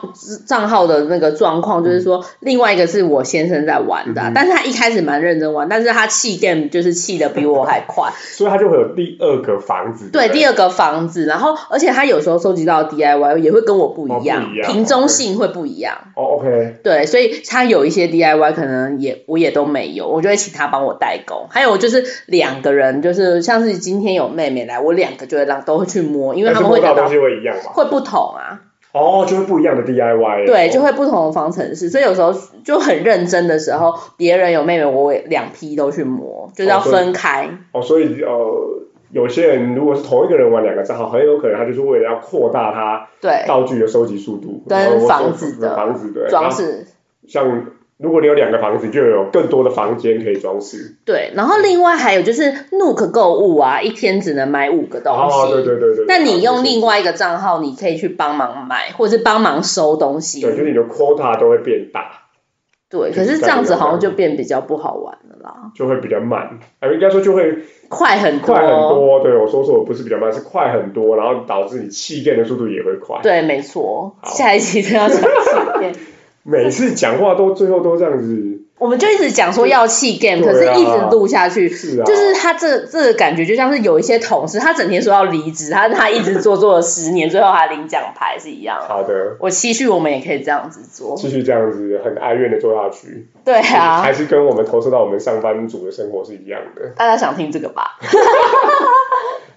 [SPEAKER 2] 账号的那个状况，就是说，另外一个是我先生在玩的啊、
[SPEAKER 1] 嗯哼
[SPEAKER 2] 但是他一开始蛮认真玩，但是他弃 game 就是弃的比我还 快。
[SPEAKER 1] 所以他就会有第二个房子，
[SPEAKER 2] 对，第
[SPEAKER 1] 二
[SPEAKER 2] 二个房子，然后而且他有时候收集到的 DIY 也会跟我不一
[SPEAKER 1] 哦
[SPEAKER 2] 样，
[SPEAKER 1] 不一样
[SPEAKER 2] 瓶中性会不一样。
[SPEAKER 1] 哦，OK，
[SPEAKER 2] 对，所以他有一些 DIY 可能也我也都没有，我就会请他帮我代工。还有就是两个人，就是像是今天有妹妹来，我两个就会让都会去摸，因为
[SPEAKER 1] 但
[SPEAKER 2] 他
[SPEAKER 1] 是
[SPEAKER 2] 们会
[SPEAKER 1] 摸
[SPEAKER 2] 得
[SPEAKER 1] 到的东
[SPEAKER 2] 到
[SPEAKER 1] 西会一样嘛？
[SPEAKER 2] 会不同啊。
[SPEAKER 1] 哦，就会不一样的 DIY，
[SPEAKER 2] 对，
[SPEAKER 1] 哦
[SPEAKER 2] 就会不同的方程式，所以有时候就很认真的时候，别人有妹妹，我也两批都去磨，就是要
[SPEAKER 1] 哦对
[SPEAKER 2] 分开。
[SPEAKER 1] 哦，所以呃，有些人如果是同一个人玩两个账号，很有可能他就是为了要扩大他
[SPEAKER 2] 对，
[SPEAKER 1] 道具的收集速度，
[SPEAKER 2] 跟
[SPEAKER 1] 然后或者
[SPEAKER 2] 房子的
[SPEAKER 1] 房子对
[SPEAKER 2] 装。饰
[SPEAKER 1] 那像如果你有两个房子，就有更多的房间可以装饰。
[SPEAKER 2] 对，然后另外还有就是 Nook 购物啊，一天只能买五个东
[SPEAKER 1] 哦，
[SPEAKER 2] 西。
[SPEAKER 1] 对对对对。
[SPEAKER 2] 那你用另
[SPEAKER 1] 外
[SPEAKER 2] 外一个账号，你可以去帮忙买，或者是帮忙收东西。
[SPEAKER 1] 对，就是你的 quota 都会变大，
[SPEAKER 2] 对，
[SPEAKER 1] 就
[SPEAKER 2] 可
[SPEAKER 1] 是
[SPEAKER 2] 是
[SPEAKER 1] 在
[SPEAKER 2] 这样子
[SPEAKER 1] 这个
[SPEAKER 2] 好像
[SPEAKER 1] 这
[SPEAKER 2] 就
[SPEAKER 1] 样
[SPEAKER 2] 变比较不好玩了啦，
[SPEAKER 1] 就会比较慢，啊，应该说就会
[SPEAKER 2] 快很多。
[SPEAKER 1] 快很多。对我说错，不是比较慢，是快很多，然后导致你气垫的速度也会快。
[SPEAKER 2] 对，没错，
[SPEAKER 1] 好
[SPEAKER 2] 下一期就要讲 体验。
[SPEAKER 1] 每次讲话都最后都这样子，
[SPEAKER 2] 我们就一直讲说要弃 game，、
[SPEAKER 1] 对
[SPEAKER 2] 可
[SPEAKER 1] 啊
[SPEAKER 2] 是一直录下去，
[SPEAKER 1] 是啊，
[SPEAKER 2] 就是他这这个感觉，就像是有一些同事，他整天说要离职，他他一直做做了十年，最后还领奖牌是一样的。
[SPEAKER 1] 好的，
[SPEAKER 2] 我期许我们也可以这样子做。
[SPEAKER 1] 继续这样子很哀怨的做下去。
[SPEAKER 2] 对啊，
[SPEAKER 1] 嗯还是跟我们投射到我们上班族的生活是一样的。
[SPEAKER 2] 大家想听这个吧？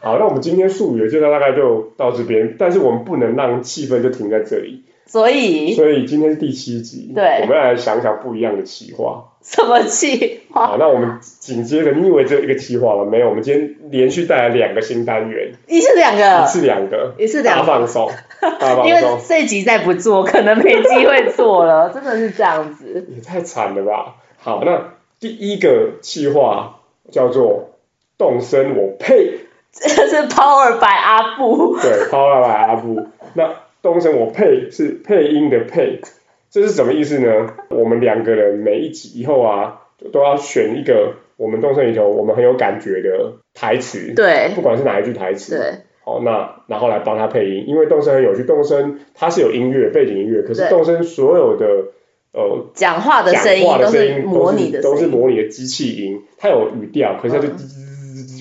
[SPEAKER 1] 好，那我们今天术语的介绍大概就到这边，但是我们不能让气氛就停在这里，
[SPEAKER 2] 所以
[SPEAKER 1] 所以今天是第七集，
[SPEAKER 2] 对
[SPEAKER 1] 我们要来想想不一样的企划。
[SPEAKER 2] 什么计划？
[SPEAKER 1] 好，那我们紧接着，你以为只有一个企划吗？没有，我们今天连续带来两个新单元，
[SPEAKER 2] 一次两
[SPEAKER 1] 一
[SPEAKER 2] 个，
[SPEAKER 1] 次两个，
[SPEAKER 2] 一次
[SPEAKER 1] 大
[SPEAKER 2] 嗯两个，
[SPEAKER 1] 放 松，大放
[SPEAKER 2] 因为
[SPEAKER 1] 松，
[SPEAKER 2] 这一集再不做，可能没机会做了，真的是这样子。
[SPEAKER 1] 也太惨了吧！好，那第一个企划叫做“动身我配”。
[SPEAKER 2] 这是 Power by 阿布，
[SPEAKER 1] 对，抛了来阿布。那东升我配是配音的配，这是什么意思呢？我们两个人每一集以后啊，都要选一个我们东升里头我们很有感觉的台词，
[SPEAKER 2] 对
[SPEAKER 1] 不管是哪一句台词，
[SPEAKER 2] 对
[SPEAKER 1] 好，那然后来帮他配音，因为动声很有趣，动声它是有音乐背景音乐，可是
[SPEAKER 2] 对
[SPEAKER 1] 动声所有的呃
[SPEAKER 2] 讲话的
[SPEAKER 1] 讲
[SPEAKER 2] 声音
[SPEAKER 1] 话的
[SPEAKER 2] 都
[SPEAKER 1] 声
[SPEAKER 2] 是
[SPEAKER 1] 音
[SPEAKER 2] 模拟的
[SPEAKER 1] 都是
[SPEAKER 2] 声音，
[SPEAKER 1] 模拟的机器音，它有语调，可是它就
[SPEAKER 2] 嗯
[SPEAKER 1] 叽叽叽叽叽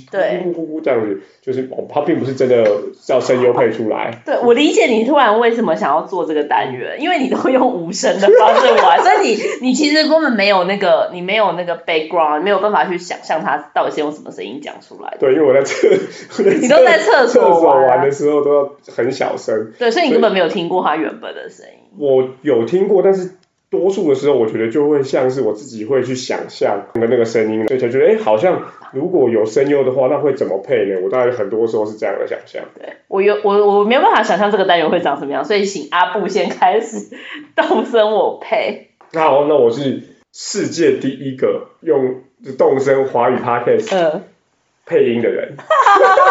[SPEAKER 1] 咕咕咕咕这样子，就是哦它并不是真的叫声优配出来。
[SPEAKER 2] 对，我理解你突然为什么想要做这个单元，因为你都用无声的方式玩，所以你你其实根本没有那个，你没有那个 background，没有办法去想象它到底是用什么声音讲出来的。
[SPEAKER 1] 对，因为我在厕，我在
[SPEAKER 2] 你都在厕
[SPEAKER 1] 厕所
[SPEAKER 2] 玩啊、
[SPEAKER 1] 玩的时候都要很小声。
[SPEAKER 2] 对，所以你根本没有听过它原本的声音。
[SPEAKER 1] 我有听过，但是多数的时候我觉得就会像是我自己会去想象那个声音，所以才觉得哎，诶好像如果有声优的话，那会怎么配呢？我大概很多时候是这样的想象。
[SPEAKER 2] 对我有我我没有办法想象这个单元会长什么样，所以请阿布先开始动身我配。
[SPEAKER 1] 那好，那我是世界第一个用动声华语 podcast
[SPEAKER 2] 嗯，
[SPEAKER 1] 配音的人，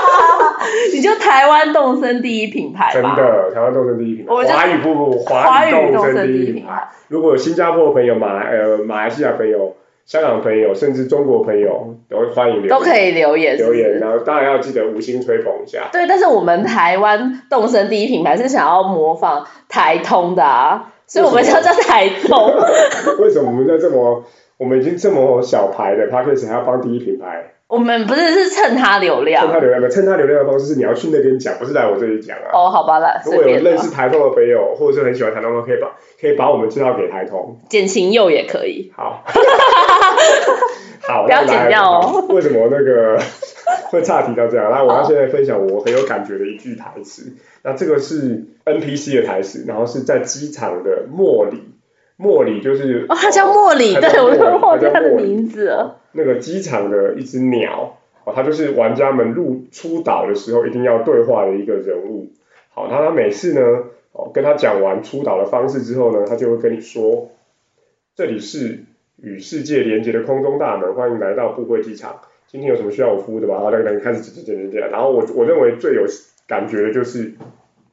[SPEAKER 2] 你就台湾动身第一品牌
[SPEAKER 1] 真
[SPEAKER 2] 吧。
[SPEAKER 1] 的，台湾动声第一品牌，
[SPEAKER 2] 我就
[SPEAKER 1] 华语不不，
[SPEAKER 2] 华
[SPEAKER 1] 华语
[SPEAKER 2] 语
[SPEAKER 1] 动
[SPEAKER 2] 动
[SPEAKER 1] 声
[SPEAKER 2] 身
[SPEAKER 1] 第
[SPEAKER 2] 第
[SPEAKER 1] 一
[SPEAKER 2] 一
[SPEAKER 1] 品
[SPEAKER 2] 品
[SPEAKER 1] 牌。
[SPEAKER 2] 牌，
[SPEAKER 1] 如果有新加坡的朋友、马来呃马来西亚朋友、香港朋友，甚至中国朋友，都欢迎留言
[SPEAKER 2] 都可以留言是不
[SPEAKER 1] 留
[SPEAKER 2] 是
[SPEAKER 1] 言，然后当然要记得五星吹捧一下。
[SPEAKER 2] 对，但是我们台湾动身第一品牌是想要模仿台通的啊，所以我们
[SPEAKER 1] 为什
[SPEAKER 2] 叫
[SPEAKER 1] 么
[SPEAKER 2] 叫台通。
[SPEAKER 1] 为什么我们在这么我们已经这么小牌的 p a c k a g e 还要帮第一品牌？
[SPEAKER 2] 我们不是是蹭他流
[SPEAKER 1] 蹭他
[SPEAKER 2] 量
[SPEAKER 1] 流量的，蹭他流量的方式是你要去那边讲，不是来我这里讲啊。
[SPEAKER 2] 哦，好吧啦，
[SPEAKER 1] 如
[SPEAKER 2] 随
[SPEAKER 1] 果有
[SPEAKER 2] 便啊
[SPEAKER 1] 认
[SPEAKER 2] 啦，
[SPEAKER 1] 识台通的朋友，或者是很喜欢台通的，可以把可以把我们介绍给台通。
[SPEAKER 2] 剪情佑也可以。
[SPEAKER 1] 好， 好，
[SPEAKER 2] 不要剪掉哦
[SPEAKER 1] 那来。为什么那 个会岔题到这样？那我要现在分享我很有感觉的一句台词。那这个是 NPC 的台词，然后是在机场的莫里，莫里就是
[SPEAKER 2] 哦，他叫莫里，
[SPEAKER 1] 他叫
[SPEAKER 2] 对我都
[SPEAKER 1] 莫
[SPEAKER 2] 忘
[SPEAKER 1] 里
[SPEAKER 2] 记
[SPEAKER 1] 他叫
[SPEAKER 2] 他的
[SPEAKER 1] 莫里
[SPEAKER 2] 名字了。
[SPEAKER 1] 那个机场的一只鸟，哦，它就是玩家们入出岛的时候一定要对话的一个人物。好，那他每次呢，哦，跟他讲完出岛的方式之后呢，他就会跟你说，这里是与世界连接的空中大门，欢迎来到布会机场。今天有什么需要我服务的吗？然后那个人开始讲讲讲讲，然后我我认为最有感觉的就是，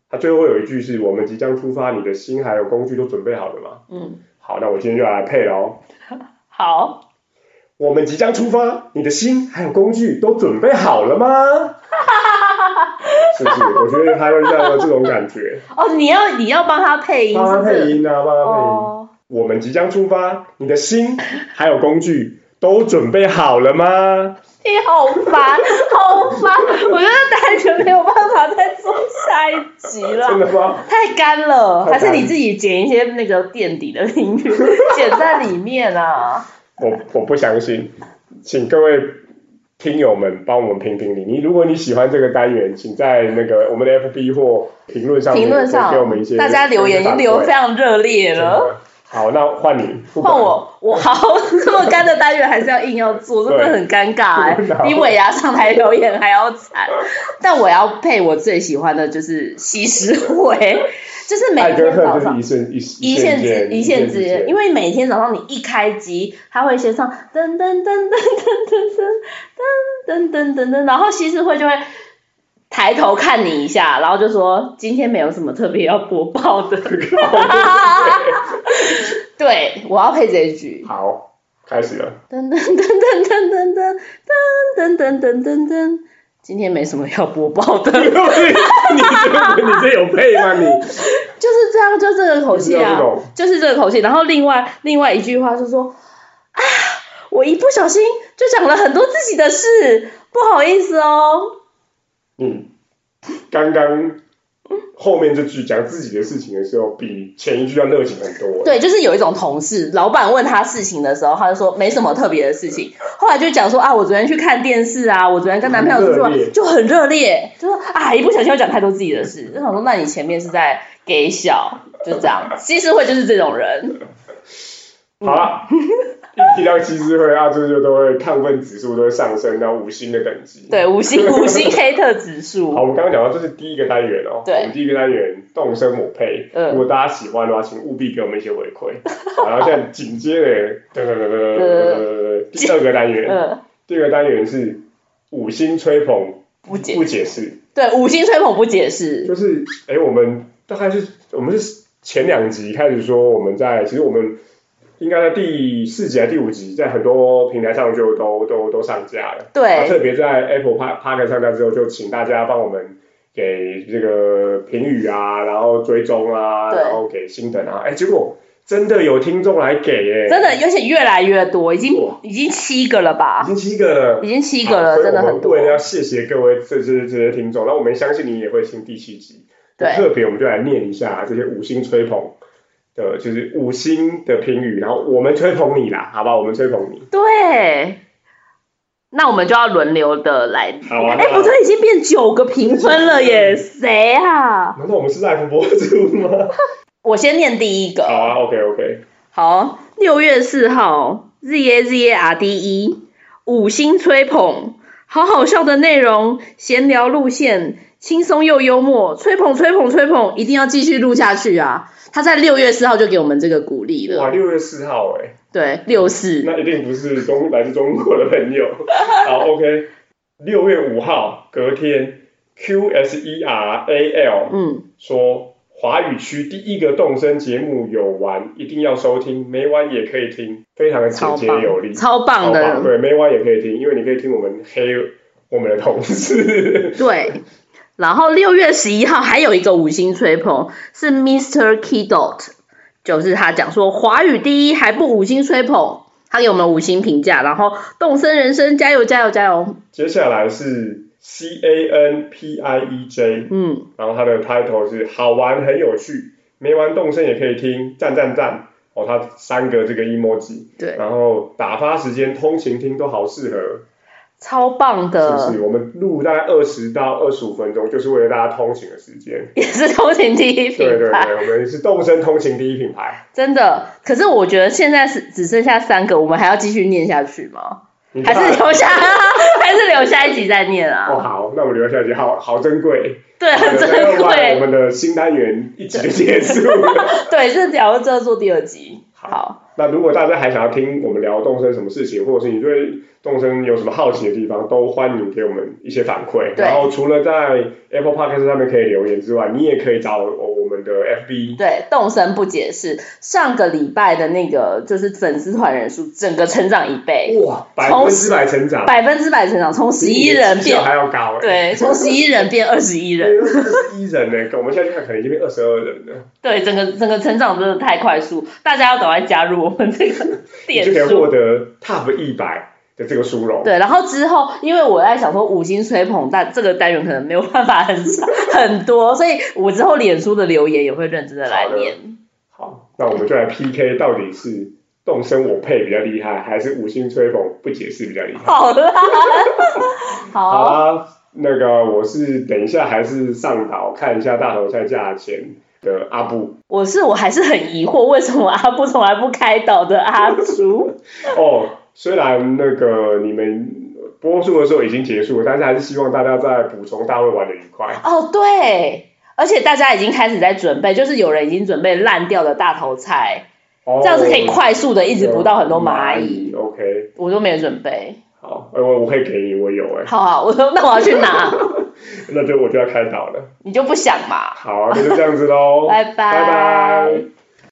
[SPEAKER 1] 他最后有一句是我们即将出发，你的心还有工具都准备好了吗？
[SPEAKER 2] 嗯，
[SPEAKER 1] 好，那我今天就来配哦喽。
[SPEAKER 2] 好，
[SPEAKER 1] 我们即将出发，你的心还有工具都准备好了 吗？是不是？我觉得他会让我这种感 觉，
[SPEAKER 2] 哦，你要你要帮他配音，
[SPEAKER 1] 帮
[SPEAKER 2] 是
[SPEAKER 1] 他
[SPEAKER 2] 不是
[SPEAKER 1] 配音啊，帮他配音。
[SPEAKER 2] 哦，
[SPEAKER 1] 我们即将出发，你的心还有工具都准备好了吗？
[SPEAKER 2] 你好烦，好烦，我觉得完全没有办法再做下一集
[SPEAKER 1] 真
[SPEAKER 2] 了。
[SPEAKER 1] 的吗？
[SPEAKER 2] 太干了，
[SPEAKER 1] 太
[SPEAKER 2] 还
[SPEAKER 1] 干
[SPEAKER 2] 是你自己剪一些那个垫底的音 乐剪在里面啊？
[SPEAKER 1] 我我不相信，请各位听友们帮我们评评理。你如果你喜欢这个单元，请在那个我们的 FB 或评论上面
[SPEAKER 2] 评论上
[SPEAKER 1] 给我们一些
[SPEAKER 2] 大家留言已经留得非常热烈
[SPEAKER 1] 真
[SPEAKER 2] 了。
[SPEAKER 1] 的好，那换你，不管
[SPEAKER 2] 换我，我好 这么干的单元还是要硬要做，真的很尴 尬哎、
[SPEAKER 1] 真的啊好
[SPEAKER 2] 比尾牙上台表演还要惨。但我要配我最喜欢的就是西施惠，就是每
[SPEAKER 1] 爱跟
[SPEAKER 2] 天
[SPEAKER 1] 恨
[SPEAKER 2] 早
[SPEAKER 1] 就
[SPEAKER 2] 上
[SPEAKER 1] 是一瞬一
[SPEAKER 2] 一线
[SPEAKER 1] 线
[SPEAKER 2] 之一线之间，因为每天早上你一开机，它会先唱噔噔噔噔噔噔噔噔噔噔噔噔，然后西施会就会抬头看你一下，然后就说今天没有什么特别要播报 的。对，我要配这一句。
[SPEAKER 1] 好，开始 了。
[SPEAKER 2] 噔噔噔噔噔噔噔噔噔噔噔噔，今天没什么要播报的，
[SPEAKER 1] 你这你这有配吗？你
[SPEAKER 2] 就是这样，就这个口气
[SPEAKER 1] 不知道
[SPEAKER 2] 啊
[SPEAKER 1] 这种，
[SPEAKER 2] 就是这个口气。然后另外另外一句话就说啊，我一不小心就讲了很多自己的事，不好意思哦。
[SPEAKER 1] 你嗯刚刚后面这句讲自己的事情的时候，比前一句要热情很多。
[SPEAKER 2] 对，就是有一种同事，老板问他事情的时候，他就说没什么特别的事情。后来就讲说啊，我昨天去看电视啊，我昨天跟男朋友出
[SPEAKER 1] 很
[SPEAKER 2] 去
[SPEAKER 1] 热烈
[SPEAKER 2] 玩，就很热烈，就说啊，一不小心要讲太多自己的事。就想说，那你前面是在给小，就这样。西施会就是这种人，
[SPEAKER 1] 好 了，一提到西施会，阿啊朱就都会亢奋指数都会上升到五星的等级。。
[SPEAKER 2] 对，五星五星黑特指数。
[SPEAKER 1] 好，我们刚刚讲到这是第一个单元哦，
[SPEAKER 2] 对
[SPEAKER 1] 我们第一个单元动身我配，
[SPEAKER 2] 嗯
[SPEAKER 1] 如果大家喜欢的话，请务必给我们一些回馈。好然后现在紧接着，对对对对第二个单元，
[SPEAKER 2] 嗯，
[SPEAKER 1] 第二个单元是五星吹捧
[SPEAKER 2] 不解
[SPEAKER 1] 不解释，
[SPEAKER 2] 对五星吹捧不解释，
[SPEAKER 1] 就是哎，我们大概是我们是前两集开始说我们在，其实我们应该在第四集还是第五集，在很多平台上就都都都上架了。啊
[SPEAKER 2] 对
[SPEAKER 1] 特别在 Apple Park Park 上架之后，就请大家帮我们给这个评语啊，然后追踪啊，
[SPEAKER 2] 对
[SPEAKER 1] 然后给星等啊，哎，结果真的有听众来给耶，
[SPEAKER 2] 真的，而且越来越多，已经
[SPEAKER 1] 哇
[SPEAKER 2] 已经七个了
[SPEAKER 1] 已
[SPEAKER 2] 吧，
[SPEAKER 1] 经七个了，
[SPEAKER 2] 已经七个了，
[SPEAKER 1] 所以
[SPEAKER 2] 真的
[SPEAKER 1] 我们
[SPEAKER 2] 很多
[SPEAKER 1] 为。了要谢谢各位这些这些听众，那我们相信你也会听第七集，
[SPEAKER 2] 对
[SPEAKER 1] 特别我们就来念一下这些五星吹捧。的就是五星的评语，然后我们吹捧你啦，好吧，我们吹捧你。
[SPEAKER 2] 对，那我们就要轮流的来。
[SPEAKER 1] 好啊
[SPEAKER 2] 哎，
[SPEAKER 1] 那
[SPEAKER 2] 不对，已经变九个评分了耶，谁啊？
[SPEAKER 1] 难道我们是 live 播出 吗？
[SPEAKER 2] 我先念第一
[SPEAKER 1] 好
[SPEAKER 2] 个，
[SPEAKER 1] 啊，OK OK。
[SPEAKER 2] 好，六月四号，Z A Z A R D E，五星吹捧，好好笑的内容，闲聊路线。轻松又幽默，吹捧吹捧吹捧，一定要继续录下去啊！他在六月四号就给我们这个鼓励
[SPEAKER 1] 哇，
[SPEAKER 2] 了，
[SPEAKER 1] 六月四号哎、
[SPEAKER 2] 对，六四，
[SPEAKER 1] 那一定不是中来自中国的朋友。好，OK，六月五号隔天，Q S E R A L
[SPEAKER 2] 嗯，
[SPEAKER 1] 说华语区第一个动身节目有玩，一定要收听，没玩也可以听，非常的简
[SPEAKER 2] 超
[SPEAKER 1] 洁
[SPEAKER 2] 棒
[SPEAKER 1] 有力，，
[SPEAKER 2] 超棒
[SPEAKER 1] 超
[SPEAKER 2] 的，
[SPEAKER 1] 对，没玩也可以听，因为你可以听我们黑我们的同事，
[SPEAKER 2] 对。然后六月十一号还有一个五星吹捧是 Mr. Key Dot，就是他讲说华语第一还不五星吹捧，他给我们五星评价，然后动森人生加油加油加油，
[SPEAKER 1] 接下来是 C A N P I E J，
[SPEAKER 2] 嗯，
[SPEAKER 1] 然后它的 title 是好玩很有趣，没玩动声也可以听，赞赞赞。哦，它三个这个 emoji，
[SPEAKER 2] 对，
[SPEAKER 1] 然后打发时间、通勤听都好适合，
[SPEAKER 2] 超棒的，
[SPEAKER 1] 是不是？我们录大概二十到二十五分钟，就是为了大家通勤的时间。
[SPEAKER 2] 也是通勤第一
[SPEAKER 1] 对
[SPEAKER 2] 品
[SPEAKER 1] 对
[SPEAKER 2] 牌，
[SPEAKER 1] 对，我们是动身通勤第一品牌。
[SPEAKER 2] 真的。可是我觉得现在是只剩下三个，我们还要继续念下去吗？
[SPEAKER 1] 你
[SPEAKER 2] 还
[SPEAKER 1] 看
[SPEAKER 2] 是留下， 还是留下一集再念
[SPEAKER 1] 嗯哦，
[SPEAKER 2] 啊？
[SPEAKER 1] 好，那我们留下去，好好珍 贵。
[SPEAKER 2] 对，很珍
[SPEAKER 1] 对要不然我
[SPEAKER 2] 贵，
[SPEAKER 1] 们的新单元一集就结束了。
[SPEAKER 2] 对，这假如这做第二集，
[SPEAKER 1] 好
[SPEAKER 2] 好，
[SPEAKER 1] 那如果大家还想要听我们聊动身什么事情，或者是你对动身有什么好奇的地方，都欢迎给我们一些反馈。
[SPEAKER 2] 对
[SPEAKER 1] 然后除了在 Apple Podcast 上面可以留言之外，你也可以找我们的 FB。
[SPEAKER 2] 对，动身不解释，上个礼拜的那个就是粉丝团人数整个成长一倍，
[SPEAKER 1] 哇，百分之百成长，
[SPEAKER 2] 百分之百成长，从十一人
[SPEAKER 1] 比你的绩效
[SPEAKER 2] 变，
[SPEAKER 1] 还要高哎、
[SPEAKER 2] 对，从十一人变二十一人，
[SPEAKER 1] 二十一人呢、欸我们现在看可能已经变二十二人了，
[SPEAKER 2] 对，整个整个成长真的太快速，大家要赶快加入我们这个
[SPEAKER 1] 你
[SPEAKER 2] 点
[SPEAKER 1] 就可以
[SPEAKER 2] 数。
[SPEAKER 1] 获得 Top 一百的这个殊荣。
[SPEAKER 2] 对，然后之后，因为我在想说五星吹捧，但这个单元可能没有办法很很多，所以我之后脸书的留言也会认真的来念。
[SPEAKER 1] 好，那我们就来 PK，到底是动身我配比较厉害，还是五星吹捧不解释比较厉害？
[SPEAKER 2] 好啊啦，
[SPEAKER 1] 好
[SPEAKER 2] 好，
[SPEAKER 1] 啦，那个我是等一下还是上岛看一下大头菜价钱的阿布
[SPEAKER 2] 我是我还是很疑惑，为什么阿布从来不开导的阿朱？
[SPEAKER 1] 哦。虽然那个你们播出的时候已经结束了，但是还是希望大家在补充大会玩的愉快。
[SPEAKER 2] 哦，对。而且大家已经开始在准备，就是有人已经准备烂掉的大头菜，
[SPEAKER 1] 哦
[SPEAKER 2] 这样是可以快速的一直捕到很多蚂蚁。
[SPEAKER 1] 蚁。OK，
[SPEAKER 2] 我都没有准备。
[SPEAKER 1] 好，呃我我可以给你，我有哎、
[SPEAKER 2] 好好，我那我要去 拿，
[SPEAKER 1] 那就我就要开导了。啊
[SPEAKER 2] 你就不想嘛？
[SPEAKER 1] 好，那就这样子喽，
[SPEAKER 2] 拜拜
[SPEAKER 1] 拜拜